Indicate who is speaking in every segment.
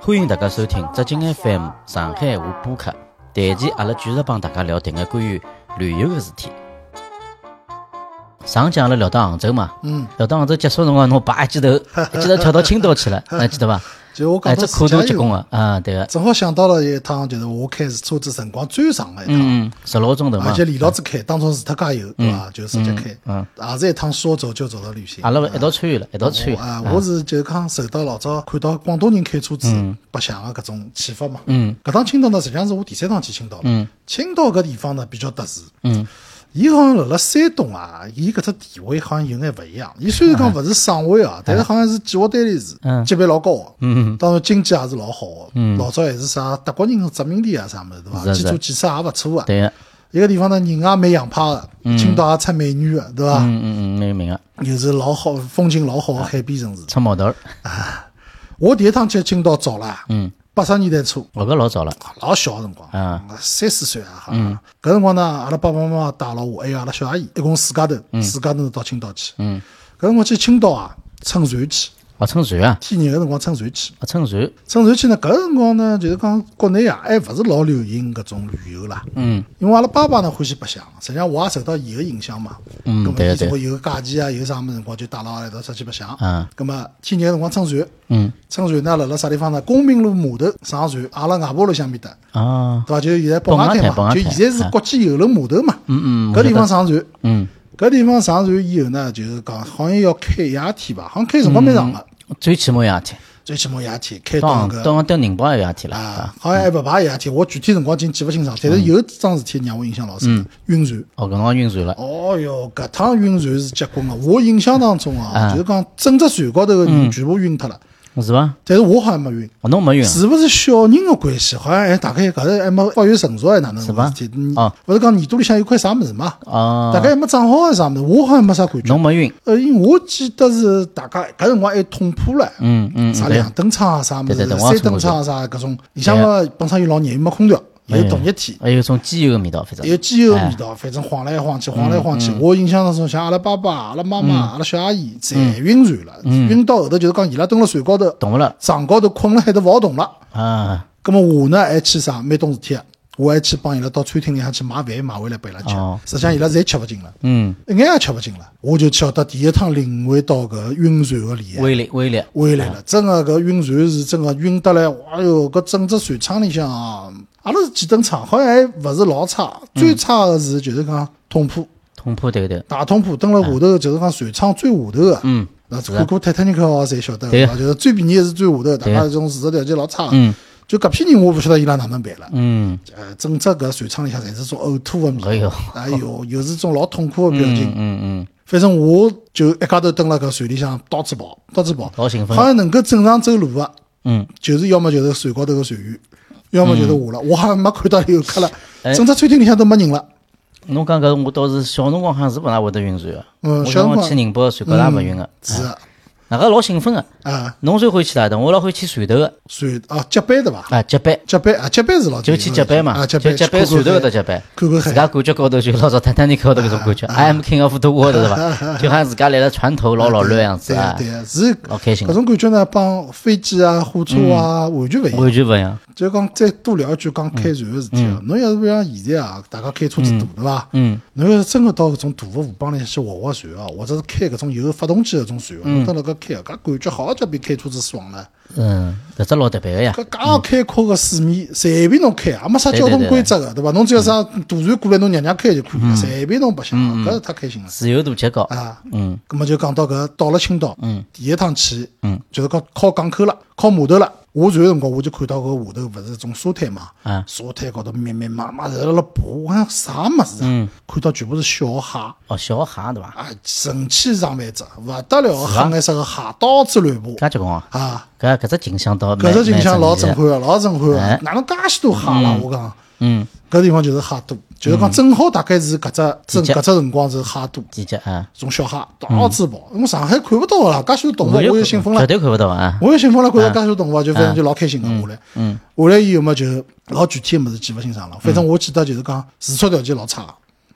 Speaker 1: 欢迎大家收听浙江 FM 上海话播客。这一期阿拉继续帮大家聊迭眼关于旅游个事体。上期阿拉聊到杭州嘛，
Speaker 2: 嗯，
Speaker 1: 聊到杭州结束辰光，侬叭一记头，一记头跳到青岛 去了，还记得伐？
Speaker 2: 就我
Speaker 1: 哎，
Speaker 2: 讲
Speaker 1: 这
Speaker 2: 到
Speaker 1: 跨
Speaker 2: 自
Speaker 1: 度
Speaker 2: 驾
Speaker 1: 结
Speaker 2: 游
Speaker 1: 棍，个啊，对个，
Speaker 2: 正好想到了一趟，就是我开是车子辰光最长的一趟，
Speaker 1: 嗯嗯，十六个钟头嘛
Speaker 2: 而，且李老师开，当中除特加油，对伐？就直接开，
Speaker 1: 嗯
Speaker 2: 也啊是一趟说走就走的旅行。
Speaker 1: 阿拉勿一道参与了，一道参与
Speaker 2: 我啊，我是就是讲受到老早看到广东人开车子白相的搿种启发嘛。
Speaker 1: 嗯，
Speaker 2: 搿趟青岛呢，实际上是我第三趟去青岛了。
Speaker 1: 嗯，
Speaker 2: 青岛搿地方呢比较特殊。
Speaker 1: 嗯，
Speaker 2: 伊好像辣辣山东啊，伊搿只地位好像有眼勿一样。伊虽然 讲勿是省会啊，但是好像是计划单位市
Speaker 1: 嗯，
Speaker 2: 级别老高的。
Speaker 1: 嗯，
Speaker 2: 当然经济也是老好的。
Speaker 1: 嗯
Speaker 2: 老早还是啥德国人殖民地啊啥物事对伐？
Speaker 1: 是是
Speaker 2: 基础建设也勿错啊。
Speaker 1: 对个，
Speaker 2: 一个地方呢，人也蛮洋派的，青岛也出美女的，对伐？
Speaker 1: 嗯啊嗯嗯，蛮有名个，
Speaker 2: 又是老好风景老好的海边城市。
Speaker 1: 出毛头儿，
Speaker 2: 我第一趟去青岛早啦，
Speaker 1: 嗯，
Speaker 2: 八十年代初，
Speaker 1: 我搿老早了，
Speaker 2: 老小的辰光，
Speaker 1: 啊嗯
Speaker 2: 三四岁啊，哈，搿辰光呢，阿拉爸爸妈妈带了我，还有阿拉小阿姨，一共四家头，四家头到青岛去，
Speaker 1: 嗯，
Speaker 2: 搿辰光去青岛啊，乘船去，
Speaker 1: 勿乘船啊，
Speaker 2: 天热个辰光乘船去，
Speaker 1: 勿乘船，
Speaker 2: 乘船去呢，搿辰光呢，就是讲国内啊，还勿是老流行搿种旅游啦，
Speaker 1: 嗯，
Speaker 2: 因为阿拉爸爸呢欢喜白相，实际上我也受到伊个影响嘛。
Speaker 1: 嗯
Speaker 2: 葛末
Speaker 1: 对
Speaker 2: 伊
Speaker 1: 个
Speaker 2: 总
Speaker 1: 对
Speaker 2: 归有假期啊，有啥么辰光就带了阿拉一道出去白相。
Speaker 1: 嗯
Speaker 2: 葛末天热个辰光乘船，
Speaker 1: 嗯，
Speaker 2: 乘船呢辣辣啥地方呢？公民路码头上船，阿拉外婆楼下面搭，
Speaker 1: 啊，
Speaker 2: 对伐？就是现在宝雅
Speaker 1: 宝雅
Speaker 2: 嘛，
Speaker 1: 台啊
Speaker 2: 就现在是国际邮轮码头嘛。
Speaker 1: 嗯嗯
Speaker 2: 搿地方上船，
Speaker 1: 嗯，
Speaker 2: 搿地方上船以后呢，就是讲好像要开一夜天吧，好像开辰光蛮长个，
Speaker 1: 最起码有夜天，
Speaker 2: 啊最起码一夜天开
Speaker 1: 到
Speaker 2: 到
Speaker 1: 杭
Speaker 2: 搿
Speaker 1: 到杭到宁波也有夜天了，
Speaker 2: 啊，好像还勿排一夜天，我具体辰光已经记勿清爽，但
Speaker 1: 嗯
Speaker 2: 是有一桩事体让我印象老深，晕船。
Speaker 1: 哦，搿辰光晕船了，
Speaker 2: 哦哟，搿趟晕船是结棍个，啊我印象当中啊，就是讲整只船高头个
Speaker 1: 嗯
Speaker 2: 人全部晕脱了，
Speaker 1: 是伐？
Speaker 2: 但是我好像没晕。
Speaker 1: 哦，侬没晕啊，
Speaker 2: 是勿是小人个关系？好像还大概搿个还没发育成熟，还哪能
Speaker 1: 是伐
Speaker 2: 回事体？嗯
Speaker 1: 哦
Speaker 2: 勿是讲耳朵里向有块啥物事嘛？
Speaker 1: 哦，
Speaker 2: 大概还没长好还是啥物事？我好像没啥感觉。
Speaker 1: 侬没晕，
Speaker 2: 呃，因为我记得是大家搿辰光还通铺唻，
Speaker 1: 嗯嗯，
Speaker 2: 啥
Speaker 1: 对
Speaker 2: 两等舱啊啥物
Speaker 1: 对
Speaker 2: 事
Speaker 1: 对，对我也
Speaker 2: 三等舱啊啥搿种，里向嘛本身有老热，又没空调，又有
Speaker 1: 啊哎
Speaker 2: 同一天。
Speaker 1: 还有种机油个味道，反正
Speaker 2: 有机油味道，反正晃来晃
Speaker 1: 嗯
Speaker 2: 去，晃来晃去。我印象当中，像阿拉爸爸、阿拉妈妈、阿拉小阿姨，
Speaker 1: 嗯
Speaker 2: 侪晕船了，晕到后头就是讲伊拉蹲辣船高头、
Speaker 1: 动勿了
Speaker 2: 床高头困了海头勿好动了。
Speaker 1: 啊，
Speaker 2: 葛么我呢还去啥蛮懂事体的，我还去帮伊拉到餐厅里向去买饭买回来拨伊拉吃
Speaker 1: 哦。
Speaker 2: 实际上伊拉侪吃勿进了，
Speaker 1: 嗯，
Speaker 2: 一眼也吃勿进了。我就晓得第一趟领会到搿晕船个厉害。
Speaker 1: 威力威力，
Speaker 2: 回来了，真个搿晕船是真个晕得来，哎哟，搿整只船舱里向啊，阿拉是几等舱，好像还勿是老差，最差个是就是讲通铺，
Speaker 1: 通铺对对，
Speaker 2: 大通铺蹲辣下头，就是讲船舱最下头个。
Speaker 1: 啊嗯，
Speaker 2: 那看过《泰坦尼克号》侪晓得，
Speaker 1: 对
Speaker 2: 伐？就是最便宜是最下头的，大家这种自食条件老差。
Speaker 1: 嗯，
Speaker 2: 就搿批人我勿晓得伊拉哪能办了。
Speaker 1: 嗯，
Speaker 2: 呃，整只搿船舱里向侪是种呕吐个
Speaker 1: 哎
Speaker 2: 味
Speaker 1: 哟
Speaker 2: 道，哎哟，又是种老痛苦个表情
Speaker 1: 嗯。嗯嗯，
Speaker 2: 反正我就一家头蹲辣搿船里向到处跑，到处跑，
Speaker 1: 老兴奋
Speaker 2: 好像能够正常走路个、啊
Speaker 1: 嗯，
Speaker 2: 就是要么就是船高头个船员，要么就是我了。我好像没看到游客了，
Speaker 1: 哎
Speaker 2: 整只餐厅里向都没人了。
Speaker 1: 侬讲搿我倒是小辰光好像是勿大会得晕船个，
Speaker 2: 嗯
Speaker 1: 我
Speaker 2: 小
Speaker 1: 小辰
Speaker 2: 辰光
Speaker 1: 光去宁波船高头也勿晕个，
Speaker 2: 是啊，
Speaker 1: 大家老兴奋个，
Speaker 2: 啊，
Speaker 1: 侬最欢喜哪搭？我老欢喜船头个，
Speaker 2: 船啊，接班对伐？
Speaker 1: 啊，接班。
Speaker 2: 接班啊，接班是老
Speaker 1: 就
Speaker 2: 紧
Speaker 1: 去接班嘛，
Speaker 2: 啊，接
Speaker 1: 就
Speaker 2: 班
Speaker 1: 接班
Speaker 2: 去
Speaker 1: 船
Speaker 2: 看
Speaker 1: 头
Speaker 2: 看
Speaker 1: 搿搭接班，
Speaker 2: 看看海
Speaker 1: 自家感觉高头就老早《泰坦尼克号》头搿种感
Speaker 2: 啊
Speaker 1: 觉，I am king of the world 对伐？就好像自家来了船头老老乱样子
Speaker 2: 对啊
Speaker 1: 啊，
Speaker 2: 对啊，是
Speaker 1: 老开心
Speaker 2: 搿，种感觉呢，帮飞机啊、火车啊完全勿一样。
Speaker 1: 完全勿一样。
Speaker 2: 就是讲再多聊一句讲开船个事体啊，侬要是不像现在啊，大家开车子大对伐？
Speaker 1: 嗯，
Speaker 2: 侬要是真个到搿种大个河浜里去划划船啊，或者是开搿种有发动机搿种船啊，侬蹲辣搿开啊，搿感觉好叫比开车子爽了。
Speaker 1: 嗯，
Speaker 2: 啊
Speaker 1: 搿只老特别个呀。
Speaker 2: 搿介开阔个水面，随便侬开，也没啥
Speaker 1: 对
Speaker 2: 交
Speaker 1: 对
Speaker 2: 通
Speaker 1: 对
Speaker 2: 规则个，对伐？侬只要啥大船过来，侬让让开就可以了，随便侬白相，搿是太开心了
Speaker 1: 自由度极高。
Speaker 2: 啊！
Speaker 1: 嗯，
Speaker 2: 咁么就讲到搿到了青岛，嗯，第一趟去，嗯，就是讲靠港口了，靠码头了。下船个辰光我就看到搿下头勿是种沙滩嘛，
Speaker 1: 啊
Speaker 2: 沙滩高头密密麻麻在辣辣爬，我讲啥物事
Speaker 1: 嗯
Speaker 2: 啊？看到全部是小蟹
Speaker 1: 哦，小蟹对伐？
Speaker 2: 啊，成千上万只，勿得了个黑颜色个蟹到处乱爬
Speaker 1: 搿结棍啊！
Speaker 2: 啊！
Speaker 1: 搿搿只景象倒蛮
Speaker 2: 搿只景象老震
Speaker 1: 蛮
Speaker 2: 撼个，老震撼
Speaker 1: 哎
Speaker 2: 个，哪能介许多蟹啦？我讲，
Speaker 1: 嗯，
Speaker 2: 搿地方就是蟹多，就是讲正好大概是搿只正
Speaker 1: 季节
Speaker 2: 搿只辰光是蟹多。
Speaker 1: 季节啊，
Speaker 2: 种小虾到处跑，因为上海看不到啦，介许多动物
Speaker 1: 我
Speaker 2: 我也兴奋了
Speaker 1: 绝，对看勿到啊。
Speaker 2: 我也兴奋了，觉着介许多动物就反正就老开心个下来。嗯，下来以后嘛就老具体个物事记勿清爽了，反
Speaker 1: 嗯
Speaker 2: 正我记得就是讲住宿条件老差。
Speaker 1: 啊，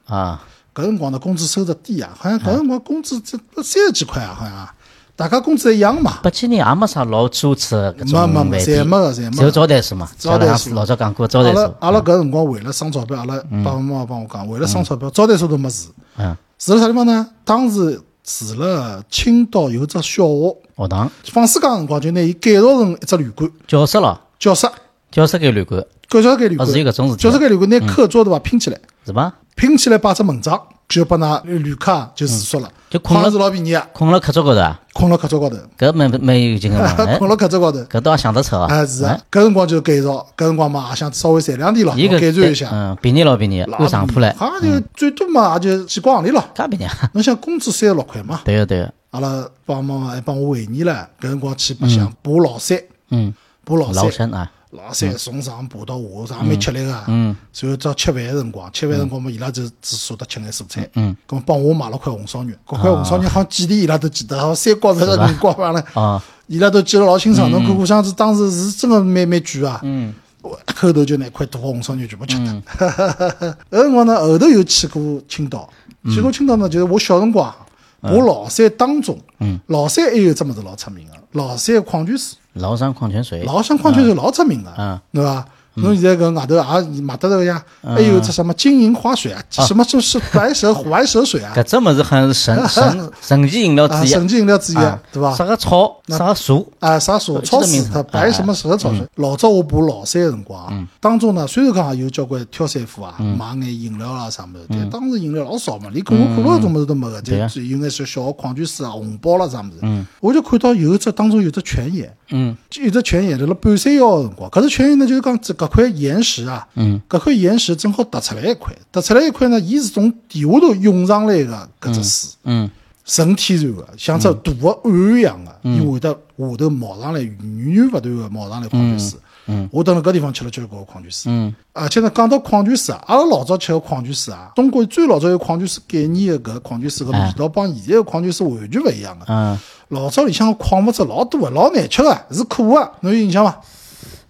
Speaker 2: 嗯搿辰光呢，工资收入低啊，好像搿辰光工资只三十几块啊，好像啊。大家工资一样嘛，
Speaker 1: 八千年也没啥老奢侈的搿
Speaker 2: 没
Speaker 1: 嗯种
Speaker 2: 没
Speaker 1: 饭
Speaker 2: 没，
Speaker 1: 店，
Speaker 2: 侪没个，侪
Speaker 1: 只有
Speaker 2: 没个。
Speaker 1: 招待所嘛。
Speaker 2: 招待所
Speaker 1: 像老早讲过招
Speaker 2: 阿
Speaker 1: 待
Speaker 2: 拉
Speaker 1: 所。
Speaker 2: 阿拉搿辰光为了省钞票，阿拉爸爸妈妈帮我讲，为了省钞票，招待所都没住。
Speaker 1: 嗯，
Speaker 2: 住了啥地方呢？当时住了青岛有只小学，
Speaker 1: 学堂、
Speaker 2: 放暑假辰光就拿伊改造成一只旅馆
Speaker 1: 教室咯，
Speaker 2: 教室，
Speaker 1: 教室跟旅馆，
Speaker 2: 教室间旅
Speaker 1: 哦，
Speaker 2: 馆，
Speaker 1: 是有搿种事
Speaker 2: 教室
Speaker 1: 体的，
Speaker 2: 间旅馆拿课桌对伐拼起来，
Speaker 1: 是吧？
Speaker 2: 拼起来摆只门帐，就拨㑚旅客就住宿了，
Speaker 1: 嗯就困
Speaker 2: 好像
Speaker 1: 了
Speaker 2: 是老便宜啊，
Speaker 1: 困了课桌高头啊，
Speaker 2: 困辣课桌高头，
Speaker 1: 搿蛮蛮有劲个 嘛。哎
Speaker 2: 困辣课桌高头。
Speaker 1: 搿倒也想得出啊
Speaker 2: 啊，是啊，搿辰光就改造，搿辰光嘛也想稍微赚两钿咯，
Speaker 1: 伊
Speaker 2: 改
Speaker 1: 搿
Speaker 2: 造一下，
Speaker 1: 嗯，便宜老便宜，
Speaker 2: 拉
Speaker 1: 按上铺来，
Speaker 2: 好像就最多嘛也就几光行钿咯。
Speaker 1: 介便宜啊。
Speaker 2: 侬想工资三十六块嘛，
Speaker 1: 对个啊对个，
Speaker 2: 阿拉爸爸妈妈还帮我回忆了，搿辰光去白相爬老山，
Speaker 1: 嗯，
Speaker 2: 爬老
Speaker 1: 老
Speaker 2: 山，
Speaker 1: 山啊，
Speaker 2: 老山从上爬到下，也蛮吃力个。嗯，然后到吃饭个辰光，吃饭辰光嘛，伊拉就只舍得吃眼蔬菜。
Speaker 1: 嗯，
Speaker 2: 咾么帮我买了块红烧肉，搿块红烧肉好像几钿伊拉都记得，好像三角十个五角完了，
Speaker 1: 哦，
Speaker 2: 伊拉都记得老清爽。侬看我箱子当时是真个蛮蛮贵啊。
Speaker 1: 嗯，
Speaker 2: 我一口头就拿块大红烧肉全部吃 掉。搿辰光呢，后头又去过青岛，去过青岛呢，就是我小辰光啊，爬老山当中，老山还有只物事老出名个，老山矿泉水，
Speaker 1: 崂山矿泉水，
Speaker 2: 老山矿泉水老出名
Speaker 1: 哎嗯啊
Speaker 2: 个，对伐？侬现在搿外头啊也买得到呀，还有只什么金银花水啊，什么就是白蛇 白蛇水 啊，
Speaker 1: 搿只物事好像是 神神神奇饮料
Speaker 2: 啊，
Speaker 1: 之一，
Speaker 2: 神奇饮料之一，对伐
Speaker 1: 啥？个草，啥个树，
Speaker 2: 啊，啥手
Speaker 1: 这
Speaker 2: 抄
Speaker 1: 个名
Speaker 2: 水
Speaker 1: 字啊嗯
Speaker 2: 它白什么蛇抄水。老早我爬老山个辰光啊，当中呢虽然讲也有交关挑三夫啊，
Speaker 1: 嗯
Speaker 2: 买眼饮料啦啥物事，但当时饮料老少嘛，连可口可乐搿种物事都没个，就
Speaker 1: 对啊
Speaker 2: 有眼小小个矿泉水啊、红包啦啥物事。我就看到有一只当中有只泉眼，
Speaker 1: 嗯，
Speaker 2: 就有只泉眼辣辣半山腰个辰光，搿只泉眼呢就是讲这搿块岩石啊，
Speaker 1: 嗯，
Speaker 2: 搿块岩石正好凸出来一块，凸出来一块呢，伊是从地下头涌上来个搿只水。
Speaker 1: 嗯，
Speaker 2: 纯天然个，啊像只大个碗一样个，啊伊会得下头冒上来，源源不断个冒上来矿泉水。我等辣搿地方吃了交关矿泉水。
Speaker 1: 嗯，
Speaker 2: 而且呢，讲到矿泉水啊，阿拉老早吃个矿泉水啊，中国最老早有矿泉水概念个搿矿泉水个
Speaker 1: 啊
Speaker 2: 味道，帮现在个矿泉水完全勿一样啊个。
Speaker 1: 嗯，
Speaker 2: 老早里向个矿物质老多个，老难吃个，是苦个，侬有印象伐？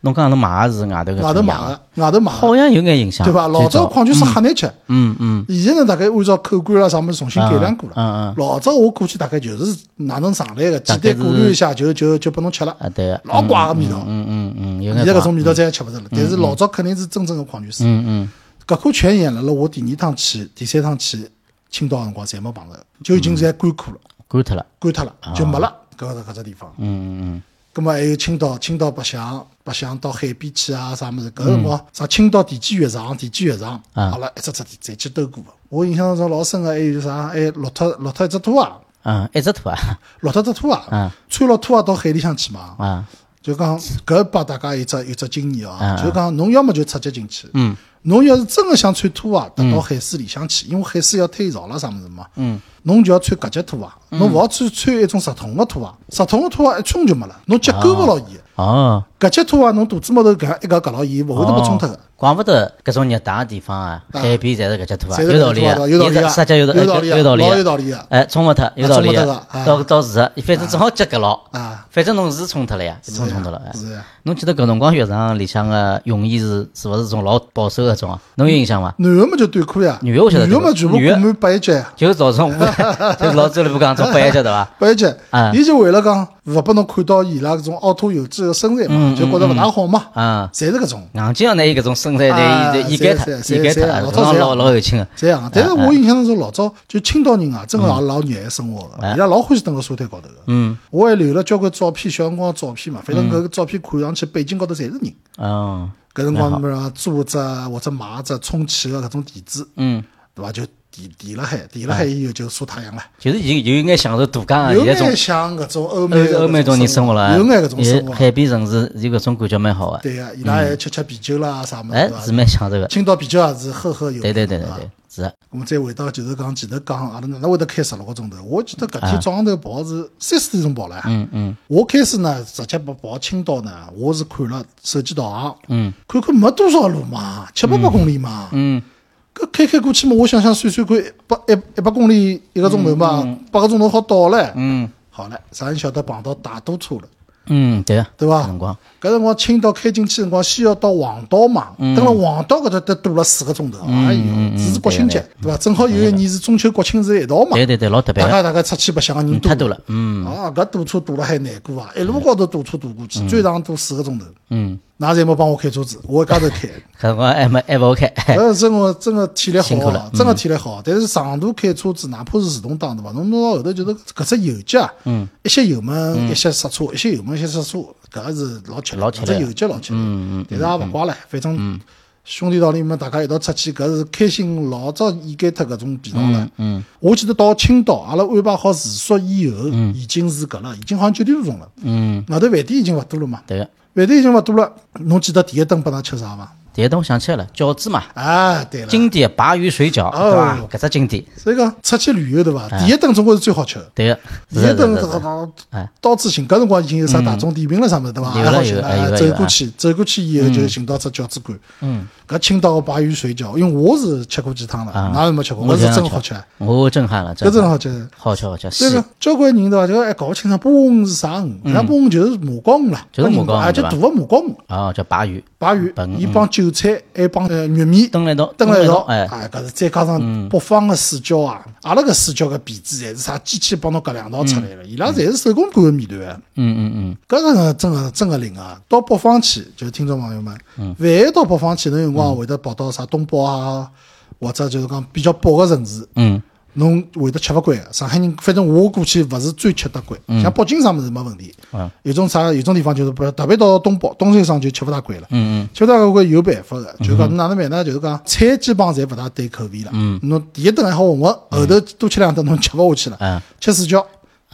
Speaker 1: 侬讲侬买个是外头搿
Speaker 2: 外头
Speaker 1: 种
Speaker 2: 买
Speaker 1: 样的，
Speaker 2: 个，外头买个，
Speaker 1: 好像有眼印象，
Speaker 2: 对伐？老
Speaker 1: 最
Speaker 2: 早矿泉水很难吃。
Speaker 1: 嗯嗯，
Speaker 2: 现在呢，大概按照口感啦啥么子重新改良过了。
Speaker 1: 嗯嗯
Speaker 2: 老早我估计大概就是哪能上来个，
Speaker 1: 大
Speaker 2: 简
Speaker 1: 概
Speaker 2: 单
Speaker 1: 是
Speaker 2: 过滤一下就就就拨侬吃了，
Speaker 1: 啊对个，
Speaker 2: 老怪个味道。
Speaker 1: 嗯嗯嗯，有眼
Speaker 2: 现在搿
Speaker 1: 怪
Speaker 2: 种味道再也吃勿着了，但是老早肯定是真正个矿泉水。
Speaker 1: 嗯嗯，
Speaker 2: 搿颗泉眼辣辣我第二趟去、第三趟去青岛个辰光，侪没碰着，就
Speaker 1: 嗯
Speaker 2: 已经侪干枯了，
Speaker 1: 干脱了，
Speaker 2: 干脱了，就没了搿个搿只地方。
Speaker 1: 啊嗯嗯
Speaker 2: 葛末还有青岛，青岛白相，白相到海边去啊，啥物事？搿辰光啥青岛地基浴场，地基浴场，
Speaker 1: 嗯啊
Speaker 2: 阿拉一只只地侪去兜过个。我印象当中老深个还有啥？还有骆驼骆驼一只拖鞋，
Speaker 1: 嗯，嗯，一只兔啊，
Speaker 2: 骆驼只拖鞋
Speaker 1: 嗯，
Speaker 2: 穿了拖鞋到海里向去嘛。
Speaker 1: 啊，
Speaker 2: 就讲搿帮大家一只一只经验啊，
Speaker 1: 嗯
Speaker 2: 就讲侬要么就赤脚进去，
Speaker 1: 嗯，
Speaker 2: 侬要是真个想穿拖鞋，踏到海水里向去，因为海水要退潮了啥物事嘛，嗯，侬就要穿搿脚拖鞋，侬勿好穿穿一种直筒个拖鞋，直筒个拖鞋一冲就没了，侬脚勾勿牢伊的。
Speaker 1: 哦，
Speaker 2: 搿脚拖鞋侬肚子高头搿样一夹夹牢伊，勿会得被冲脱
Speaker 1: 哦
Speaker 2: 个。
Speaker 1: 怪不得搿种热带的地方啊，海边侪是搿只兔啊，
Speaker 2: 侪是搿
Speaker 1: 有道理
Speaker 2: 只兔
Speaker 1: 啊，
Speaker 2: 啊有道理啊
Speaker 1: 伊是撒娇有
Speaker 2: 有道理啊
Speaker 1: 有道理啊，
Speaker 2: 老有道理啊
Speaker 1: 哎，冲勿脱有道理
Speaker 2: 啊冲
Speaker 1: 啊
Speaker 2: 勿脱，
Speaker 1: 到
Speaker 2: 的
Speaker 1: 到是啊，反正正好结搿牢
Speaker 2: 啊，
Speaker 1: 反正侬是冲脱了呀，是
Speaker 2: 是
Speaker 1: 冲脱了哎。
Speaker 2: 呀是呀，啊
Speaker 1: 侬记得搿辰光浴场里向个泳衣是是勿是种老保守个种啊？侬有印象 伐？
Speaker 2: 男个嘛就短裤呀，
Speaker 1: 女的我晓得
Speaker 2: 女个嘛
Speaker 1: 短裤
Speaker 2: 全部
Speaker 1: 女的
Speaker 2: 裹满八一脚呀，
Speaker 1: 就是老种， 就是老周立波讲种白晓得伐？
Speaker 2: 八一脚
Speaker 1: 啊，
Speaker 2: 伊就为了讲勿拨侬看到伊拉搿种凹凸有致个身材
Speaker 1: 嗯
Speaker 2: 嘛，就觉着勿大好嘛，
Speaker 1: 啊，
Speaker 2: 侪是搿种。
Speaker 1: 硬劲要拿伊搿种身材
Speaker 2: 啊
Speaker 1: 来掩盖脱，
Speaker 2: 是是
Speaker 1: 掩盖
Speaker 2: 是
Speaker 1: 脱，
Speaker 2: 是
Speaker 1: 啊
Speaker 2: 老
Speaker 1: 搿
Speaker 2: 早
Speaker 1: 种
Speaker 2: 是
Speaker 1: 老老有劲个。
Speaker 2: 这样，啊但是
Speaker 1: 嗯
Speaker 2: 我印象当中老早就青岛人啊，真个也老热爱生活个，伊拉老欢喜蹲辣沙滩高头个。
Speaker 1: 嗯，
Speaker 2: 我还留了交关照片，小辰光的照片嘛，反正搿个照片看上去背景高头侪是人。
Speaker 1: 哦，
Speaker 2: 搿辰光么啊，租只或者买只充气啊个搿种垫子，
Speaker 1: 嗯，
Speaker 2: 对伐？就垫垫辣海，垫辣海以后就晒太阳了。
Speaker 1: 就是有有眼享受度假个
Speaker 2: 有
Speaker 1: 现在啊种
Speaker 2: 眼像搿种欧美的
Speaker 1: 欧欧美
Speaker 2: 搿
Speaker 1: 种人生活了啊，
Speaker 2: 有眼搿种生活
Speaker 1: 现在
Speaker 2: 啊。
Speaker 1: 海边城市有搿种感觉蛮好个，
Speaker 2: 对个，伊拉还吃吃啤酒啦啥物事，
Speaker 1: 哎，
Speaker 2: 对伐
Speaker 1: 是蛮享受个。
Speaker 2: 青岛啤酒也是喝喝有。
Speaker 1: 对对对对
Speaker 2: 伐
Speaker 1: 对，是的
Speaker 2: 我们再回到就是讲前头讲，阿拉哪能会得开十六个钟头？我记得搿
Speaker 1: 啊
Speaker 2: 天早上头跑是三四点钟跑了。嗯嗯。我开始呢，直接跑跑青岛呢，我是看了手机导航，嗯，看看没多少路嘛，七八百公里嘛，嗯，搿开开过去嘛，我想想算算看，一百一一百公
Speaker 1: 嗯
Speaker 2: 里一个钟头嘛，八个钟头好到唻。嗯。好了，啥人晓得碰到大堵车了？
Speaker 1: 嗯，对个，
Speaker 2: 对伐？
Speaker 1: 辰光，
Speaker 2: 搿辰光青岛开进去辰光，先要到黄岛嘛，
Speaker 1: 嗯
Speaker 2: 等了黄岛搿搭都堵了四个钟头，
Speaker 1: 嗯
Speaker 2: 哎
Speaker 1: 嗯嗯
Speaker 2: 哟，只是国庆节
Speaker 1: 对，
Speaker 2: 对伐？正好有一年是中秋、国庆是一道嘛，
Speaker 1: 对对对，老特别
Speaker 2: 大
Speaker 1: 个，
Speaker 2: 家大概出去白相个人
Speaker 1: 嗯太
Speaker 2: 多
Speaker 1: 多了，嗯
Speaker 2: 啊，搿堵车堵了还难过啊！一路高头堵车堵过去，最长堵四个钟头。
Speaker 1: 嗯，
Speaker 2: 㑚侪没帮我开车子，我一家头开。
Speaker 1: 搿辰光还没还勿好开，
Speaker 2: 搿真个真个体力好
Speaker 1: 哎辛苦了嗯
Speaker 2: 啊，真个体力好。但是长途开车子，哪怕是自动挡对伐？侬弄到后头就是搿只油机啊，
Speaker 1: 嗯
Speaker 2: 一些油门，一些刹车，一些油门，一些刹车，搿是老吃力，
Speaker 1: 老吃
Speaker 2: 搿
Speaker 1: 力嗯
Speaker 2: 只油机老吃力。但是也勿怪唻，反正兄弟道里嘛，大家一道出去，搿是开心老早掩盖脱搿种疲劳了。
Speaker 1: 嗯
Speaker 2: 我记得到青岛，阿拉安排好住宿以后，已经是搿了，已经好像九点多钟了。
Speaker 1: 嗯，
Speaker 2: 外头饭店已经勿多了嘛，
Speaker 1: 对个。
Speaker 2: 饭店已经勿多了。侬记得第一顿拨㑚吃啥伐？
Speaker 1: 第一顿我想起来了，饺子嘛，
Speaker 2: 啊，对了，
Speaker 1: 经典鲅鱼水饺，对伐？搿只经典，
Speaker 2: 所以讲出去旅游对伐？第一顿总归是最好吃的。
Speaker 1: 哎对个，
Speaker 2: 第
Speaker 1: 是
Speaker 2: 一
Speaker 1: 是
Speaker 2: 顿
Speaker 1: 是是
Speaker 2: 到
Speaker 1: 哎
Speaker 2: 到处寻，搿辰光已经有啥大众点评了啥物事对伐？
Speaker 1: 有
Speaker 2: 还
Speaker 1: 了
Speaker 2: 好寻
Speaker 1: 有
Speaker 2: 了
Speaker 1: 哎有
Speaker 2: 哎
Speaker 1: 了
Speaker 2: 走
Speaker 1: 有
Speaker 2: 过
Speaker 1: 了
Speaker 2: 去，走过去以后就寻到只饺子馆。嗯，搿青岛个鲅鱼水饺，因为我是吃过几趟了，
Speaker 1: 啊
Speaker 2: 哪有没吃过？
Speaker 1: 我
Speaker 2: 搿是
Speaker 1: 这样
Speaker 2: 真
Speaker 1: 吃
Speaker 2: 好吃，
Speaker 1: 我震撼了，
Speaker 2: 搿
Speaker 1: 真
Speaker 2: 真
Speaker 1: 的
Speaker 2: 好吃。
Speaker 1: 好吃好吃，
Speaker 2: 所以
Speaker 1: 是
Speaker 2: 讲，交关人对伐？就还哎搞勿清爽八五鱼是啥鱼，人家八五鱼就是麻膏鱼啦，
Speaker 1: 嗯就是麻膏鱼
Speaker 2: 啊，就
Speaker 1: 对
Speaker 2: 大
Speaker 1: 伐
Speaker 2: 个麻膏鱼，
Speaker 1: 哦，叫鲅鱼，
Speaker 2: 鲅鱼
Speaker 1: 白，鱼
Speaker 2: 伊帮韭菜，还帮呃玉米
Speaker 1: 炖了一道，
Speaker 2: 等
Speaker 1: 了
Speaker 2: 了一道，
Speaker 1: 哎，
Speaker 2: 啊，搿是再加上北方个水饺啊，阿拉搿水饺个皮子侪是啥机器帮侬搿两道出来了，伊拉侪是手工擀个面团啊，
Speaker 1: 嗯嗯嗯，
Speaker 2: 搿个真个真个灵啊！到北方去，就是听众朋友们，万一到北方去，侬有辰光会得跑到啥东北啊，或者就是讲比较北个城市，
Speaker 1: 嗯，
Speaker 2: 侬会得吃勿惯个。上海人反正我过去勿是最吃得惯，像北京啥物事没问题
Speaker 1: 嗯，
Speaker 2: 有种啥有种地方就是不特别到东北东三省就吃勿大惯了。
Speaker 1: 嗯
Speaker 2: 吃勿大惯有办法个，就是讲侬哪能办呢？就是讲菜基本上侪勿大对口味了。
Speaker 1: 嗯
Speaker 2: 侬第一顿还好混混，后头多吃两顿侬吃勿下去
Speaker 1: 嗯
Speaker 2: 了，吃水饺、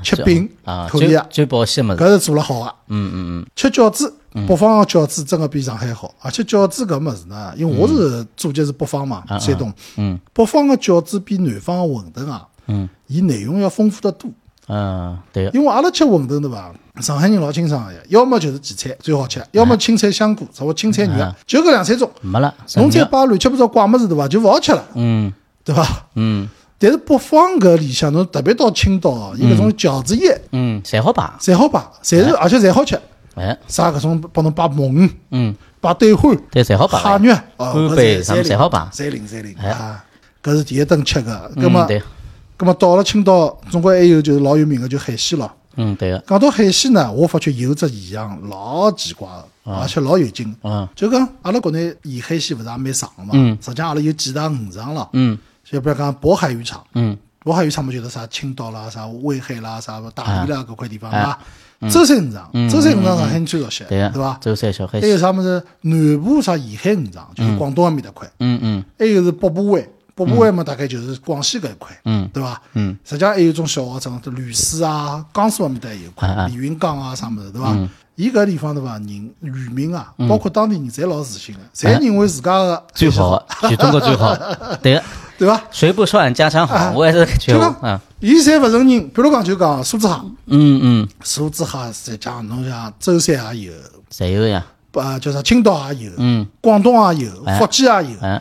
Speaker 2: 吃饼
Speaker 1: 啊，、
Speaker 2: 口味
Speaker 1: 最
Speaker 2: 啊，
Speaker 1: 最保鲜么子，
Speaker 2: 搿是做了好个。啊
Speaker 1: 嗯嗯嗯，
Speaker 2: 吃饺子，北方个饺子真个比上海好，而且饺子搿物事呢，因为我是祖籍是北方嘛，山东，
Speaker 1: 嗯，
Speaker 2: 北方个饺子比南方个馄饨啊，嗯，伊内容要丰富得多。
Speaker 1: 嗯，对个，
Speaker 2: 因为阿拉吃馄饨对伐？上海人老清爽个呀，要么就是荠菜最好吃，
Speaker 1: 啊
Speaker 2: 要么青菜香菇，啥或青菜肉，就搿两三种。
Speaker 1: 没了，
Speaker 2: 侬再
Speaker 1: 剩
Speaker 2: 摆乱七八糟怪物事对伐？就勿好吃了，
Speaker 1: 嗯
Speaker 2: 对伐？
Speaker 1: 嗯
Speaker 2: 但是北方搿里向，侬特别到青岛啊，伊搿种饺子叶，
Speaker 1: 嗯，侪好摆，
Speaker 2: 侪好摆，侪是而且侪好吃。
Speaker 1: 哎，
Speaker 2: 啥搿种帮侬摆墨鱼，
Speaker 1: 嗯，
Speaker 2: 摆对换，
Speaker 1: 对，侪好摆，
Speaker 2: 蟹肉，
Speaker 1: 干贝啥么侪好摆哎
Speaker 2: 侪灵侪灵啊！搿是第一顿吃个，葛
Speaker 1: 嗯
Speaker 2: 末
Speaker 1: 对，
Speaker 2: 葛末到了青岛，总归还有就是老有名个就海鲜咯。
Speaker 1: 嗯对个，
Speaker 2: 讲到海鲜呢，我发觉有只现象老奇怪的，
Speaker 1: 啊
Speaker 2: 而且老有劲。
Speaker 1: 嗯
Speaker 2: 就讲阿拉国内沿海鲜勿是也蛮长嘛，实际上阿拉有几大渔场了，
Speaker 1: 嗯
Speaker 2: 就比如讲渤海渔场，
Speaker 1: 嗯
Speaker 2: 渤海渔场嘛就是啥青岛啦、啥威海啦、啥大理啦搿块地方
Speaker 1: 啊嗯
Speaker 2: 啊，舟山渔场，舟山渔场上海人最熟悉，
Speaker 1: 对
Speaker 2: 对
Speaker 1: 个，
Speaker 2: 伐？
Speaker 1: 舟山小海
Speaker 2: 还
Speaker 1: 鲜，
Speaker 2: 有啥物事？南部啥沿海渔场，就是广东埃面搭块，
Speaker 1: 嗯嗯
Speaker 2: 还有是北部湾，北部湾嘛大概就是广西搿一块，
Speaker 1: 嗯
Speaker 2: 对伐？
Speaker 1: 嗯，
Speaker 2: 实际上还有一种小学生，就吕水啊、江苏那面搭也有
Speaker 1: 啊嗯啊
Speaker 2: 块，连云港啊啥物事，对伐？伊搿地方对伐？人渔民啊，
Speaker 1: 嗯
Speaker 2: 包括当地人，侪老自信个，侪认为自家个
Speaker 1: 最好的，全中国最好的，对个，
Speaker 2: 对伐？
Speaker 1: 谁不说俺家乡
Speaker 2: 啊
Speaker 1: 好，我也是觉
Speaker 2: 就
Speaker 1: 得
Speaker 2: 讲，
Speaker 1: 嗯
Speaker 2: 伊侪勿承认，比如讲就讲苏子蟹，
Speaker 1: 嗯嗯，
Speaker 2: 苏子蟹实际上侬像舟山也有，
Speaker 1: 侪有呀，
Speaker 2: 呃，叫啥青岛也有，
Speaker 1: 嗯
Speaker 2: 广东也有，
Speaker 1: 哎
Speaker 2: 福建也有。
Speaker 1: 哎，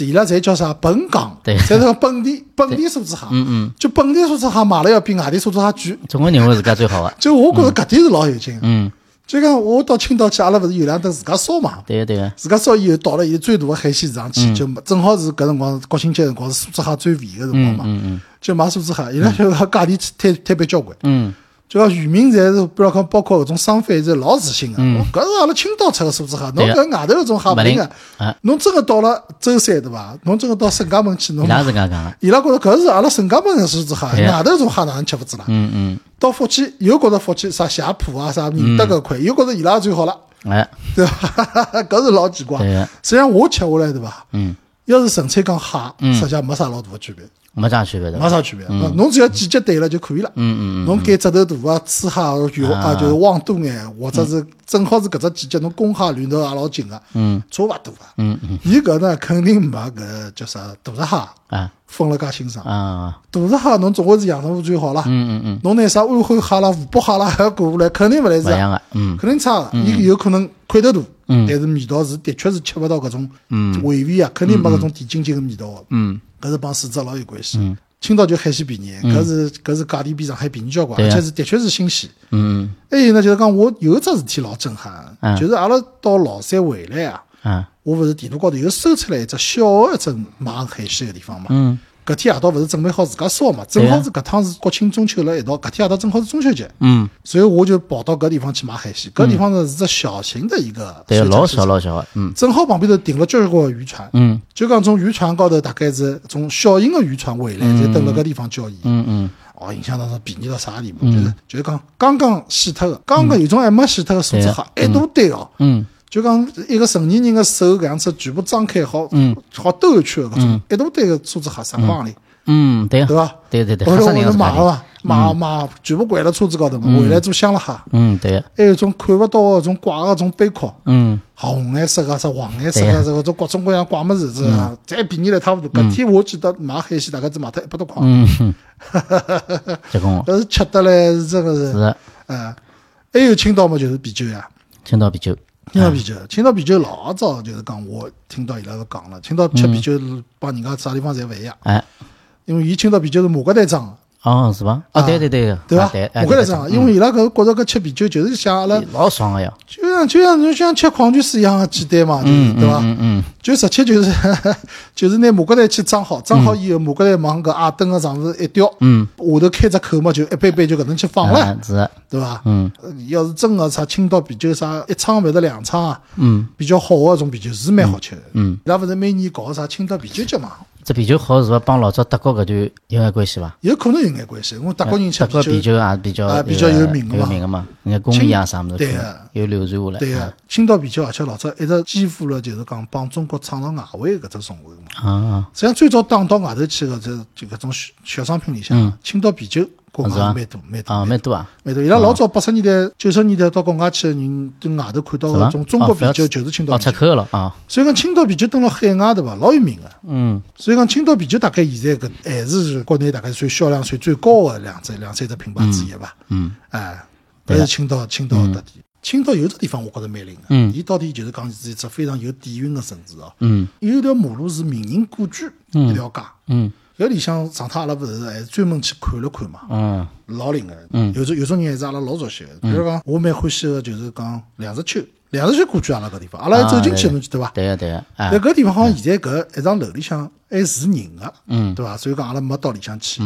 Speaker 2: 伊拉侪叫啥本港，
Speaker 1: 对
Speaker 2: 侪是讲本地本地蔬菜蟹，
Speaker 1: 嗯嗯，
Speaker 2: 就本地蔬菜蟹买了要比外地蔬菜蟹贵，
Speaker 1: 总归认为自家最好的，
Speaker 2: 就我觉着搿点是老有劲的。
Speaker 1: 嗯，
Speaker 2: 就讲我到青岛去，阿拉勿是有两顿自家烧嘛，
Speaker 1: 对个对个，
Speaker 2: 自家烧以后到了伊最大的海鲜市场
Speaker 1: 嗯
Speaker 2: 去，就正好是搿辰光国庆节辰光是蔬菜蟹最便宜个辰光
Speaker 1: 嗯
Speaker 2: 嘛，
Speaker 1: 嗯嗯
Speaker 2: 就买蔬菜蟹，伊拉就讲价钿推推别交关。
Speaker 1: 嗯。
Speaker 2: 就讲渔民侪是，比如讲包括搿种商贩侪老自信个，哦搿是阿拉青岛出个蔬菜蟹，侬
Speaker 1: 嗯对啊
Speaker 2: 搿外头搿种蟹勿
Speaker 1: 勿
Speaker 2: 灵
Speaker 1: 灵啊
Speaker 2: 个，侬真个到了舟山对伐？侬真个到沈家门去，侬
Speaker 1: 伊拉是搿样讲的，
Speaker 2: 伊拉觉着搿是阿拉沈家门的蔬菜
Speaker 1: 对
Speaker 2: 蟹，
Speaker 1: 啊
Speaker 2: 外头种蟹哪能吃勿住啦？
Speaker 1: 嗯
Speaker 2: 到福建又觉着福建啥霞浦啊、啥宁德搿块，又觉着伊拉最好了，
Speaker 1: 嗯，哎，
Speaker 2: 对伐？搿是老奇怪。
Speaker 1: 对个
Speaker 2: 实际上我吃下来对伐？
Speaker 1: 嗯，
Speaker 2: 要是纯粹讲蟹，实际上没啥老大的区别，
Speaker 1: 没啥区别的
Speaker 2: 没，啥区别。侬只要季节对了就可以了。
Speaker 1: 嗯嗯嗯，嗯
Speaker 2: 侬拣只头大啊，雌虾有啊，就是旺多眼，或者是正好是搿只季节，侬公虾卵头也老紧个，嗯，差勿多啊。
Speaker 1: 嗯嗯，
Speaker 2: 伊搿呢肯定没搿叫啥大闸蟹
Speaker 1: 啊
Speaker 2: 分了介清爽。
Speaker 1: 啊，
Speaker 2: 大闸蟹侬总归是养成最好啦。
Speaker 1: 嗯嗯嗯，
Speaker 2: 侬拿啥安徽蟹啦、湖北蟹啦，还要过下来，肯定勿来事
Speaker 1: 勿一
Speaker 2: 啊，
Speaker 1: 样的，嗯
Speaker 2: 肯定差个。伊有可能块头大，但是味道是的确是吃勿到搿种回味啊，肯定没搿种甜津津个味道个。
Speaker 1: 嗯
Speaker 2: 搿是帮水质老有关系。青岛就海鲜便宜，搿是搿是价钿比上海便宜交关，
Speaker 1: 对
Speaker 2: 而
Speaker 1: 啊
Speaker 2: 且是的确是新鲜。
Speaker 1: 嗯
Speaker 2: 还有呢，就是讲我有一只事体老震撼
Speaker 1: 嗯，
Speaker 2: 就是阿拉到老山回来啊，
Speaker 1: 啊
Speaker 2: 我勿是地图高头又搜出来一只小的一只卖海鲜个地方嘛。
Speaker 1: 嗯
Speaker 2: 搿天夜到勿是准备好自家烧嘛，
Speaker 1: 对啊
Speaker 2: 正好是搿趟是国庆中秋辣一道，搿天夜到正好是中秋节，
Speaker 1: 嗯，
Speaker 2: 所以我就跑到搿地方去买海鲜。搿地方呢是只小型的一个，
Speaker 1: 对，啊老小，老小的，嗯
Speaker 2: 正好旁边头停了交关渔船，
Speaker 1: 嗯
Speaker 2: 就讲从渔船高头大概是从小型的渔船回来，就等了搿地方交易。
Speaker 1: 嗯嗯，
Speaker 2: 哦，印象当中便宜到啥地步？就是就是讲刚刚洗脱个，刚刚有种还没洗脱个
Speaker 1: 啊
Speaker 2: 素质蟹，一大堆哦。
Speaker 1: 嗯
Speaker 2: 就讲一个成年人的手搿样子全部张开好，好兜一圈的搿种，一大堆个素质蟹三块行钿，
Speaker 1: 嗯，对啊
Speaker 2: 对伐？
Speaker 1: 对对对，
Speaker 2: 后
Speaker 1: 黑
Speaker 2: 头
Speaker 1: 色
Speaker 2: 我
Speaker 1: 人
Speaker 2: 就
Speaker 1: 要是
Speaker 2: 买
Speaker 1: 搿
Speaker 2: 了
Speaker 1: 里，
Speaker 2: 嘛，买买全部掼辣车子高头嘛，回来做香了哈。
Speaker 1: 嗯对啊，
Speaker 2: 还有一种看勿到个种挂个种贝壳，
Speaker 1: 嗯
Speaker 2: 红颜色啊个、啥黄颜色
Speaker 1: 对呀
Speaker 2: 个、这个种各种各样挂么子，啊是
Speaker 1: 嗯
Speaker 2: 吧？侪便宜了差勿多。搿天我记得买海鲜大概只买脱一百多块，
Speaker 1: 嗯哼， 结棍哦，
Speaker 2: 但是吃得来是真个是
Speaker 1: 是，的，
Speaker 2: 呃，还有青岛嘛就是啤酒呀，
Speaker 1: 青岛啤酒，
Speaker 2: 青岛啤酒，青岛啤酒老早就是讲我听到伊拉都讲了，青岛吃啤酒帮人家啥地方侪勿一样，
Speaker 1: 哎，
Speaker 2: 因为伊青岛啤酒是马格台装的，
Speaker 1: 哦是伐？啊对对对，啊
Speaker 2: 对伐
Speaker 1: 对，？哎
Speaker 2: 马格
Speaker 1: 对
Speaker 2: 台
Speaker 1: 嗯
Speaker 2: 装的，因为伊拉搿觉着搿吃啤酒就是像阿拉
Speaker 1: 老爽个呀，
Speaker 2: 就像就像就像吃矿泉水一样的简单嘛，就是对伐？
Speaker 1: 嗯嗯，
Speaker 2: 就直接就是 就是拿马格台去装好，装好以后马格台往搿阿灯个上头一吊，
Speaker 1: 嗯，
Speaker 2: 下头开只口嘛，就一杯杯就搿能去放了，
Speaker 1: 啊是的，
Speaker 2: 对伐？
Speaker 1: 嗯
Speaker 2: 呃，要是真个啥青岛啤酒啥一仓勿是两仓啊，
Speaker 1: 嗯，
Speaker 2: 比较好个种啤酒是蛮好吃的。
Speaker 1: 嗯，
Speaker 2: 伊拉勿是每年搞个啥青岛啤酒节嘛，
Speaker 1: 这啤酒好是伐？帮老早德国搿段有眼关系伐？
Speaker 2: 有可能有眼关系，因为德国人吃
Speaker 1: 德国
Speaker 2: 啤
Speaker 1: 啤
Speaker 2: 酒，
Speaker 1: 酒也比较
Speaker 2: 啊
Speaker 1: 呃
Speaker 2: 比较有名的嘛
Speaker 1: 有名个嘛，人家工艺啊啥么
Speaker 2: 对
Speaker 1: 子
Speaker 2: 啊，
Speaker 1: 有流传下来。
Speaker 2: 对个、
Speaker 1: 啊，
Speaker 2: 青岛啤酒而且老早一直肩负了就是讲帮中国创造外汇搿只重任嘛。
Speaker 1: 啊，
Speaker 2: 实际上最早打到外头去个，这就搿种小小商品里向，青岛啤酒国
Speaker 1: 嗯是吧
Speaker 2: 外蛮多蛮
Speaker 1: 啊，
Speaker 2: 多
Speaker 1: 蛮多啊，
Speaker 2: 蛮多。伊拉老早八十年代、九十年代到国外去个人，对外头看到
Speaker 1: 是吧
Speaker 2: 个种中国啤
Speaker 1: 哦
Speaker 2: 酒就是青岛
Speaker 1: 哦，
Speaker 2: 啤
Speaker 1: 出
Speaker 2: 酒。
Speaker 1: 口了啊，
Speaker 2: 所以讲青岛啤酒登了海外对伐，老有名个。
Speaker 1: 嗯
Speaker 2: 所以讲青岛啤酒大概现在搿还是国内大概算销量算最高个两只两三只品牌之一吧。
Speaker 1: 嗯
Speaker 2: 哎，
Speaker 1: 对
Speaker 2: 还
Speaker 1: 啊
Speaker 2: 是青岛青岛的特点。青岛有只地方我觉着蛮灵个
Speaker 1: 嗯，
Speaker 2: 伊到底就是讲是一只非常有底蕴个城市哦。
Speaker 1: 嗯
Speaker 2: 有一条马路是民营故居，一条街。
Speaker 1: 嗯
Speaker 2: 搿里向上趟阿拉勿是还专门去看了看嘛，
Speaker 1: 嗯
Speaker 2: 老灵个。有种有种人还是阿拉老熟悉个，比如讲我蛮欢喜个就是讲梁实秋，梁实秋故居阿拉搿地方，阿拉还走进去
Speaker 1: 啊
Speaker 2: 侬记得伐？
Speaker 1: 对啊对啊，啊
Speaker 2: 但，搿地方好像现在搿一幢楼里向还住人个，
Speaker 1: 嗯
Speaker 2: 对伐？所以讲阿拉没到里向去。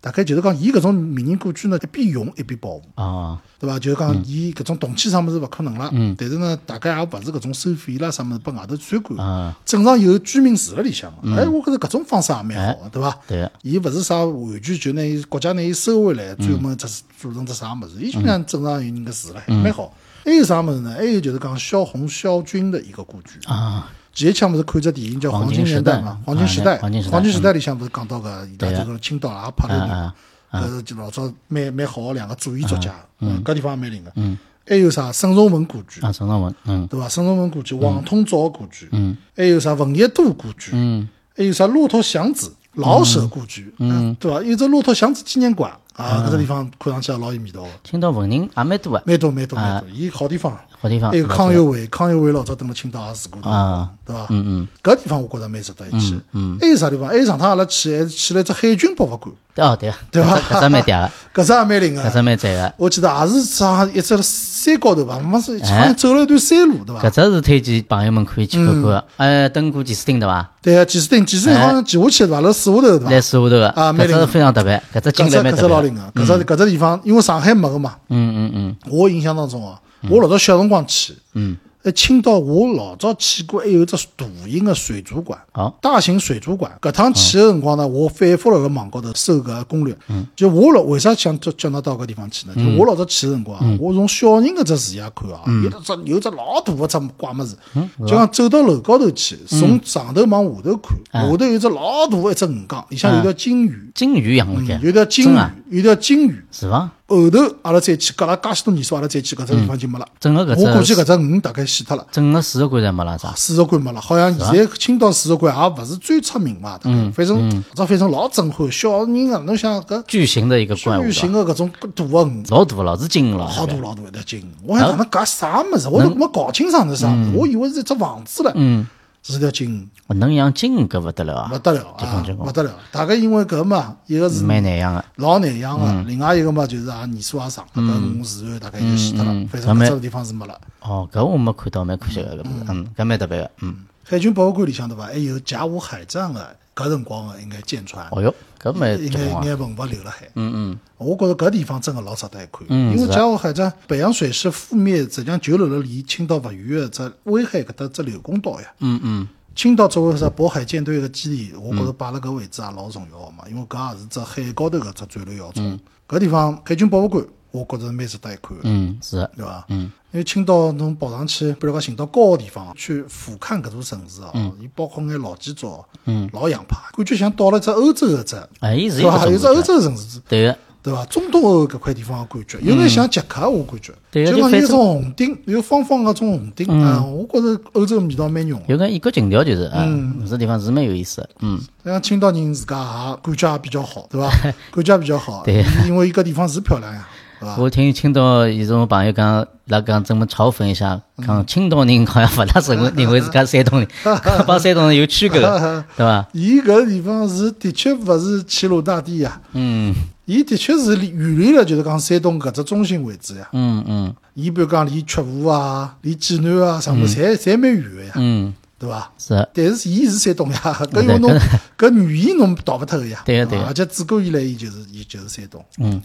Speaker 2: 大概就是讲，伊搿种民营故居呢，一边用一边保护，
Speaker 1: 哦，
Speaker 2: 对伐？就是讲，伊搿种动迁啥物事勿可能了，
Speaker 1: 嗯
Speaker 2: 但是呢，大概也勿是搿种收费啦啥物事拨外头参观，
Speaker 1: 啊，嗯
Speaker 2: 正常有居民住辣里向嘛。哎，我觉着搿种方式也蛮好，个，对伐？
Speaker 1: 对啊，
Speaker 2: 伊勿是啥完全就拿伊国家拿伊收回
Speaker 1: 嗯
Speaker 2: 来，专门只是做成只啥物事，伊就像正常有人搿住
Speaker 1: 嗯
Speaker 2: 了，蛮好。还有啥物事呢？还有就是讲萧红、萧军的一个故居。
Speaker 1: 啊，
Speaker 2: 前一腔勿是看只电影叫《黄金年代》嘛，《
Speaker 1: 黄
Speaker 2: 黄
Speaker 1: 金
Speaker 2: 金
Speaker 1: 时
Speaker 2: 时
Speaker 1: 代哎
Speaker 2: 代》
Speaker 1: 黄金时代
Speaker 2: 黄金时代里向勿是讲到个伊拉
Speaker 1: 对啊
Speaker 2: 这个青岛也拍
Speaker 1: 啊
Speaker 2: 了一
Speaker 1: 啊，
Speaker 2: 部，搿就老早蛮蛮好个两个左翼作家，嗯，搿地方也蛮灵个。嗯，还有啥沈从文故居，
Speaker 1: 啊，陈尚文，嗯
Speaker 2: 对伐？沈从文故居、王通藻故居，嗯，还有啥闻一都故居，嗯，还有啥骆驼祥子、老舍故居，嗯，对伐？有只骆驼祥子纪念馆啊，搿只地方看上去也老有味道个，
Speaker 1: 青岛文人也蛮啊多啊，
Speaker 2: 蛮多蛮多蛮多，伊好地方。
Speaker 1: 好地方
Speaker 2: 还有
Speaker 1: 老
Speaker 2: 哎康
Speaker 1: 多
Speaker 2: 有为，康有为老早蹲辣青岛也住过的
Speaker 1: 啊，
Speaker 2: 对伐？嗯嗯，搿地方我觉着蛮值得一去。嗯，还有啥地方？还有上趟阿拉去，还是去了一只海军博物馆，
Speaker 1: 对哦对啊，
Speaker 2: 对吧
Speaker 1: 搿只搿只蛮嗲 个，
Speaker 2: 搿只也蛮灵
Speaker 1: 搿
Speaker 2: 个。
Speaker 1: 只蛮赞个。
Speaker 2: 我记得也是啥一只山高头吧，没是好
Speaker 1: 哎
Speaker 2: 像走了一段山路，对
Speaker 1: 搿
Speaker 2: 伐？
Speaker 1: 只是推荐朋友们可以去看看个，
Speaker 2: 嗯
Speaker 1: 哎，登过几斯汀对伐？
Speaker 2: 对啊，几十顶，几
Speaker 1: 哎
Speaker 2: 十顶好像骑下去对伐？辣水下头对
Speaker 1: 来
Speaker 2: 伐？
Speaker 1: 水下头个，
Speaker 2: 啊
Speaker 1: 搿只
Speaker 2: 蛮灵
Speaker 1: 是
Speaker 2: 的
Speaker 1: 非常特别，搿只经
Speaker 2: 搿
Speaker 1: 历
Speaker 2: 只
Speaker 1: 蛮
Speaker 2: 搿
Speaker 1: 特
Speaker 2: 只
Speaker 1: 别
Speaker 2: 老啊
Speaker 1: 的。
Speaker 2: 灵个，搿只搿只地方，因为上海没个嘛，
Speaker 1: 嗯嗯嗯嗯，
Speaker 2: 我印象当中哦，我老早小辰光去，嗯，哎，青岛我老早去过，还有一只大型的水族馆，
Speaker 1: 哦
Speaker 2: 大型水族馆。搿趟去的辰光呢，
Speaker 1: 嗯
Speaker 2: 我反复辣辣网高头搜搿攻略，嗯，就我老为啥想叫叫㑚到搿地方去呢？就
Speaker 1: 嗯
Speaker 2: 我老早去的辰光啊，我从小人搿只视野看啊，有一只有一只老大个只怪物事，
Speaker 1: 嗯
Speaker 2: 就讲走到楼高头去，从上头往下头看，
Speaker 1: 哎
Speaker 2: 下头有一只老大个一只鱼缸，里向有条金鱼，
Speaker 1: 金鱼养活开，
Speaker 2: 有条金
Speaker 1: 真
Speaker 2: 鱼
Speaker 1: 啊，
Speaker 2: 有条金鱼。
Speaker 1: 是伐？
Speaker 2: 后头阿拉再去，隔了介许多年数，阿拉再去搿只地方就没了。
Speaker 1: 整个
Speaker 2: 我
Speaker 1: 搿只
Speaker 2: 估计搿只鱼大概死脱了，
Speaker 1: 整个水族馆侪没了啥
Speaker 2: 啊，。水族馆没了。好像现在青岛水族馆也勿是最出名嘛，大概反正这反正老震撼，小人啊，侬想搿
Speaker 1: 巨型的一个怪物
Speaker 2: 巨，型个搿种大个鱼，
Speaker 1: 老大老是金了，
Speaker 2: 好大老大一条金鱼，我想哪能搿啥物事，我都没搞清爽是啥物事，我以为是一只房子唻。
Speaker 1: 嗯，
Speaker 2: 是条鲸，
Speaker 1: 哦能养鲸搿勿得了啊！
Speaker 2: 勿得了
Speaker 1: 结棍
Speaker 2: 啊
Speaker 1: 结，棍
Speaker 2: 勿得了。大概因为搿嘛，一个是
Speaker 1: 蛮难养个，
Speaker 2: 老难养个，
Speaker 1: 嗯
Speaker 2: 另外一个嘛就是啊年数也长了，搿我自然大概就死脱了
Speaker 1: 嗯嗯，
Speaker 2: 反
Speaker 1: 咱
Speaker 2: 正
Speaker 1: 们
Speaker 2: 搿只地方是没了。
Speaker 1: 哦，搿我没看到，蛮可惜个搿部分，嗯，搿蛮特别个，嗯，
Speaker 2: 海军博物馆里向对伐？还有甲午海战个搿辰光啊个应该舰船，
Speaker 1: 哦哟，搿蛮
Speaker 2: 一
Speaker 1: 结棍
Speaker 2: 眼一
Speaker 1: 啊，
Speaker 2: 眼文物留辣海。
Speaker 1: 嗯嗯，
Speaker 2: 我觉着搿地方真个老值得一看，
Speaker 1: 嗯
Speaker 2: 因为
Speaker 1: 是啊
Speaker 2: 甲午海战北洋水师覆灭，实际上就留辣离青岛勿远个只威海搿搭只刘公岛呀。
Speaker 1: 嗯嗯，
Speaker 2: 青岛作为啥渤海舰队个基地，我觉着摆辣搿位置也老重要个嘛，因为搿也是只海高头搿只战略要冲。搿地方海军博物馆，我觉着蛮值得一看个，
Speaker 1: 嗯嗯是的，
Speaker 2: 对伐？嗯，因为青岛侬跑上去，比如讲寻到高个地方去俯瞰搿座城市
Speaker 1: 嗯
Speaker 2: 哦，伊包括眼老建筑，嗯，老洋派，感觉像到了只欧洲个只，
Speaker 1: 哎，伊是一
Speaker 2: 对
Speaker 1: 个
Speaker 2: 伐？有
Speaker 1: 种
Speaker 2: 只欧洲城市。
Speaker 1: 对个，
Speaker 2: 对伐？中东欧搿块地方的感觉，有眼像捷克，啊我感觉，
Speaker 1: 对
Speaker 2: 就
Speaker 1: 就
Speaker 2: 讲
Speaker 1: 反
Speaker 2: 有
Speaker 1: 正
Speaker 2: 种红顶，有方方个种红
Speaker 1: 嗯
Speaker 2: 顶啊，我觉着欧洲味道蛮浓的。
Speaker 1: 有眼异国情调就是，啊，搿地方是蛮有意思的，嗯，
Speaker 2: 像青岛人自家也感觉也比较好， 对伐？感觉也比较好，
Speaker 1: 对
Speaker 2: 因为伊搿地方是漂亮呀，对伐？
Speaker 1: 我听青岛有种朋友讲，拉讲专门嘲讽一下，讲青岛人好像勿 大认为认为自家山东人，讲帮山东人有区隔的， 对伐？
Speaker 2: 伊搿地方是的确勿是齐鲁大地呀，
Speaker 1: 嗯
Speaker 2: 伊的确是离远离了就是讲山东搿只中心位置呀。
Speaker 1: 嗯嗯
Speaker 2: 伊比如讲离曲阜啊，离济南啊，啥物事，侪侪蛮远个呀，
Speaker 1: 嗯，
Speaker 2: 对伐？
Speaker 1: 是的，
Speaker 2: 但是伊是山东呀， 搿用侬搿语言侬逃勿脱个呀。啊
Speaker 1: 对个啊
Speaker 2: 伐
Speaker 1: 对个
Speaker 2: 而且自古以来伊就是伊就是山东。
Speaker 1: 嗯。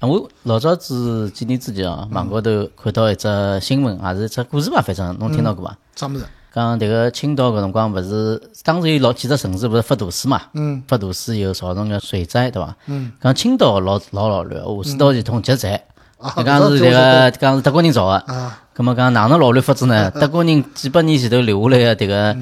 Speaker 1: 啊我老早子几年之前啊，网高头看到一只新闻，啊也是一只故事吧，反正侬听到过伐？
Speaker 2: 啥物事？
Speaker 1: 讲迭个青岛搿辰光勿是，当时有老几只城市勿是发大水嘛，
Speaker 2: 嗯，
Speaker 1: 发大水以后造成个水灾，对伐？嗯，讲青岛老老老乱，下水道系统积载，
Speaker 2: 啊
Speaker 1: 讲是迭个讲是德国人造个，
Speaker 2: 啊，嗯
Speaker 1: 咁么讲哪能老乱发展呢？德国人几百年前头留下来个迭个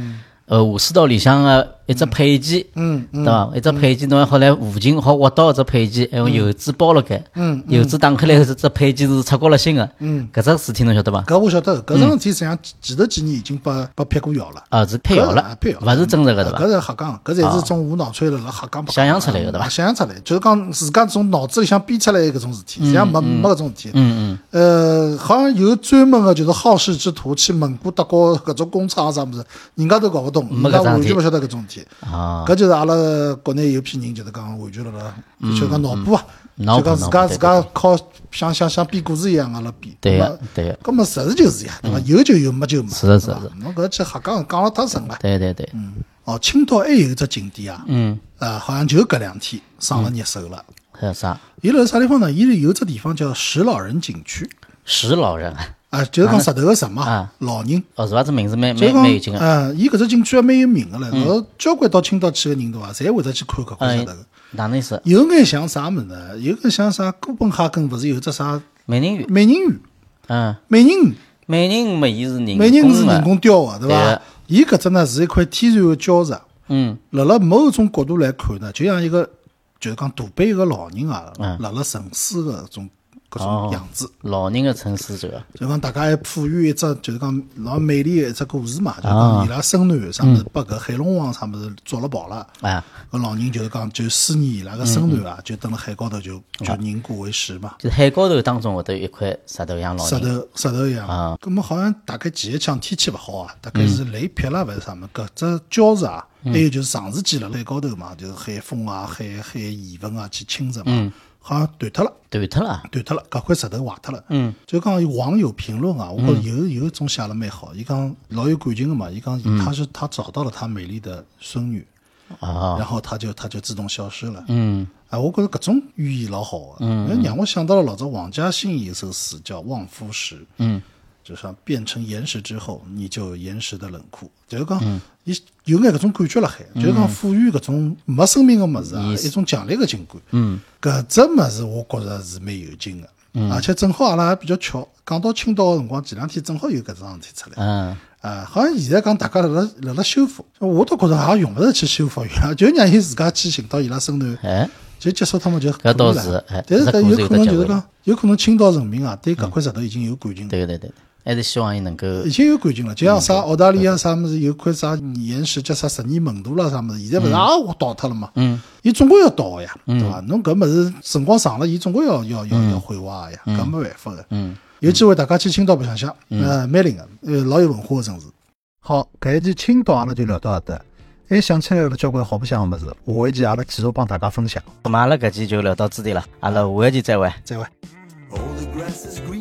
Speaker 1: 呃下水道里向个一只配件，
Speaker 2: 嗯
Speaker 1: 对伐？一只配件，侬要好来附近好挖到一只配件，还用油纸包了盖，
Speaker 2: 嗯，
Speaker 1: 油纸打开来后，这只配件是出高了新个，嗯，搿只事体侬晓得伐？
Speaker 2: 搿我晓得，搿桩事体实际上前头几年已经被被辟过谣了。
Speaker 1: 啊，是辟谣
Speaker 2: 搿
Speaker 1: 了，
Speaker 2: 辟谣
Speaker 1: 勿是真实个对伐？啊
Speaker 2: 啊搿是瞎讲，搿侪是种无脑吹了辣瞎讲白讲。啊
Speaker 1: 想象出来个对伐
Speaker 2: 想象出来，就是讲自家从脑子里向编出来的搿种事体，实际上没没搿种事体。
Speaker 1: 嗯嗯，
Speaker 2: 呃，好像有专门的，就是好事之徒去问过德国搿种工厂啊啥物事，人家都搞勿懂，
Speaker 1: 没
Speaker 2: 人
Speaker 1: 搿桩
Speaker 2: 家完
Speaker 1: 事
Speaker 2: 全
Speaker 1: 体
Speaker 2: 勿晓得搿种事体。
Speaker 1: 啊，
Speaker 2: 搿就是阿拉国内有批人，就是讲完全辣辣，就讲脑补啊，
Speaker 1: 嗯脑
Speaker 2: 就
Speaker 1: 补
Speaker 2: 讲自
Speaker 1: 脑
Speaker 2: 家
Speaker 1: 补
Speaker 2: 自
Speaker 1: 对
Speaker 2: 家靠想想想编故事一样阿拉编。
Speaker 1: 对啊
Speaker 2: 个
Speaker 1: 个，对个，
Speaker 2: 搿么啊实事求是呀，对伐？有就有，没就没。
Speaker 1: 嗯是的
Speaker 2: 对伐
Speaker 1: 是的
Speaker 2: 侬搿去瞎讲，讲了太神了。
Speaker 1: 对对对，
Speaker 2: 哦，青岛还有一只景点啊，
Speaker 1: 嗯，
Speaker 2: 呃，好像就搿两天上了热搜了。
Speaker 1: 还有啥？
Speaker 2: 伊辣啥地方呢？伊有只地方叫石老人景区
Speaker 1: 石老人啊，
Speaker 2: 啊，就是讲石头个石嘛
Speaker 1: 啊，
Speaker 2: 老人。
Speaker 1: 哦是伐？这名字蛮
Speaker 2: 就
Speaker 1: 蛮蛮
Speaker 2: 是
Speaker 1: 有啊嗯
Speaker 2: 讲
Speaker 1: 劲，个，
Speaker 2: 呃，伊搿只景区还蛮有名个唻，然后交关到青岛去个人对伐？侪会得去看搿块石
Speaker 1: 嗯
Speaker 2: 头个。，
Speaker 1: 哪能意思？
Speaker 2: 有眼像啥物事呢？有眼像啥？哥本哈根勿是有只啥
Speaker 1: 美人鱼，
Speaker 2: 美人鱼？
Speaker 1: 嗯，
Speaker 2: 美人鱼，
Speaker 1: 美人鱼嘛，伊是人
Speaker 2: 美人鱼是
Speaker 1: 嗯工的
Speaker 2: 人工雕个，对
Speaker 1: 对
Speaker 2: 伐
Speaker 1: 个？
Speaker 2: 伊搿只呢是一块天然个礁石，
Speaker 1: 嗯
Speaker 2: 辣辣某种角度来看呢，就像一个就是讲大杯个老人啊，
Speaker 1: 嗯
Speaker 2: 辣辣城市个搿种搿
Speaker 1: 哦
Speaker 2: 种样子。
Speaker 1: 老人的城市这个，
Speaker 2: 就讲大家还赋予一只，就是讲老美丽的一只故事嘛，就
Speaker 1: 啊
Speaker 2: 讲伊拉孙囡啥物
Speaker 1: 嗯
Speaker 2: 事，把搿海龙王啥物事捉了跑了，
Speaker 1: 啊，
Speaker 2: 搿老人就是讲就思念伊拉个孙囡
Speaker 1: 嗯
Speaker 2: 啊，就蹲辣海高头就就凝固为石嘛，
Speaker 1: 就是海高头当中会得有一块石头像老
Speaker 2: 石
Speaker 1: 人，
Speaker 2: 头石头一样
Speaker 1: 哦啊。
Speaker 2: 葛末好像大概前一抢天气勿好啊，大概是雷劈了还是啥物事，搿只礁石啊，还有就是长时间辣海高头嘛，就是海风啊、海海盐分啊去侵蚀嘛，好像断脱了。
Speaker 1: 断脱了，
Speaker 2: 断脱了，搿块石头坏脱了。嗯，就讲有网友评论啊，我觉得有有一种写了蛮好，伊讲老有感情个嘛，伊讲他是他找到了他美丽的孙女，
Speaker 1: 啊，
Speaker 2: 然后他就他就自动消失了。
Speaker 1: 嗯，
Speaker 2: 啊，我觉得搿种寓意老好个，嗯，让我想到了老早王家欣有一首诗叫《望夫石》，嗯，就是讲变成岩石之后，你就有岩石的冷酷，就是讲伊有眼搿种感觉辣海，就是讲赋予搿种没生命个物事啊，一种强烈个情感，嗯，搿只物事我觉着是蛮有劲个，而且正好阿拉也比较巧，讲到青岛个辰光，前两天正好有搿桩事体出来。
Speaker 1: 嗯，
Speaker 2: 啊，好像现在讲大家辣辣辣辣修复，我倒觉着也用勿着去修复， 就让伊自家去寻到伊拉身头，
Speaker 1: 哎，
Speaker 2: 就接受他们就可以
Speaker 1: 搿倒
Speaker 2: 了
Speaker 1: 是哎
Speaker 2: 但是
Speaker 1: 搿
Speaker 2: 但
Speaker 1: 故
Speaker 2: 有
Speaker 1: 事有
Speaker 2: 可
Speaker 1: 得
Speaker 2: 能
Speaker 1: 结嗯
Speaker 2: 就是
Speaker 1: 尾
Speaker 2: 讲，有可能青岛人民啊，对搿块石头已经有感情了，
Speaker 1: 对对对对，还是希望伊能够，
Speaker 2: 已经有感情了。就像啥澳大利亚啥物事，有块啥岩石叫啥十二门徒啦啥物事，现在勿是也倒脱了嘛？嗯，伊总归要倒个呀，对伐？侬搿物事辰光长了，伊总归要要要要毁坏个呀，搿没办法个。
Speaker 1: 嗯，
Speaker 2: 有机会大家去青岛白相相，呃，蛮灵个，呃，老有文化个城市。嗯好，搿一期青岛阿拉就聊到搿搭。还想起来了交关好白相个物事，下一期阿拉继续帮大家分享。
Speaker 1: 咁阿拉搿期就聊到此地了，阿拉下一期再会。
Speaker 3: 再会。